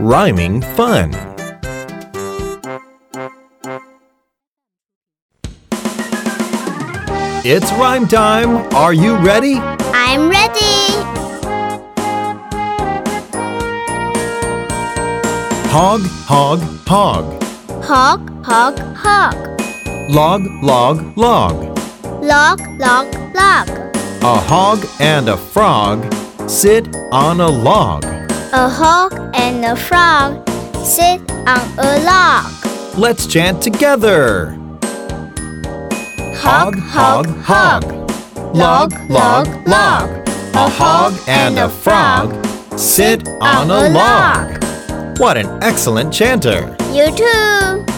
Rhyming fun. It's rhyme time. Are you ready? I'm ready. Hog, hog, hog. Hog, hog, hog. Log, log, log. Log, log, log. A hog and a frog sit on a log. A hog and a frog sit on a log. Let's chant together. Hog, hog, hog. Log, log, log. A hog and a frog sit on a log. What an excellent chanter! You too.